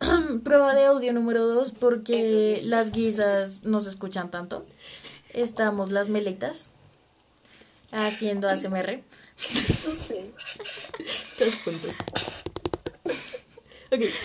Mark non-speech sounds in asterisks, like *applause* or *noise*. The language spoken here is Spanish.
*clears throat* Prueba de audio número dos, porque las guisas no se escuchan tanto. Estamos las meletas haciendo ASMR. Dos puntos. Ok,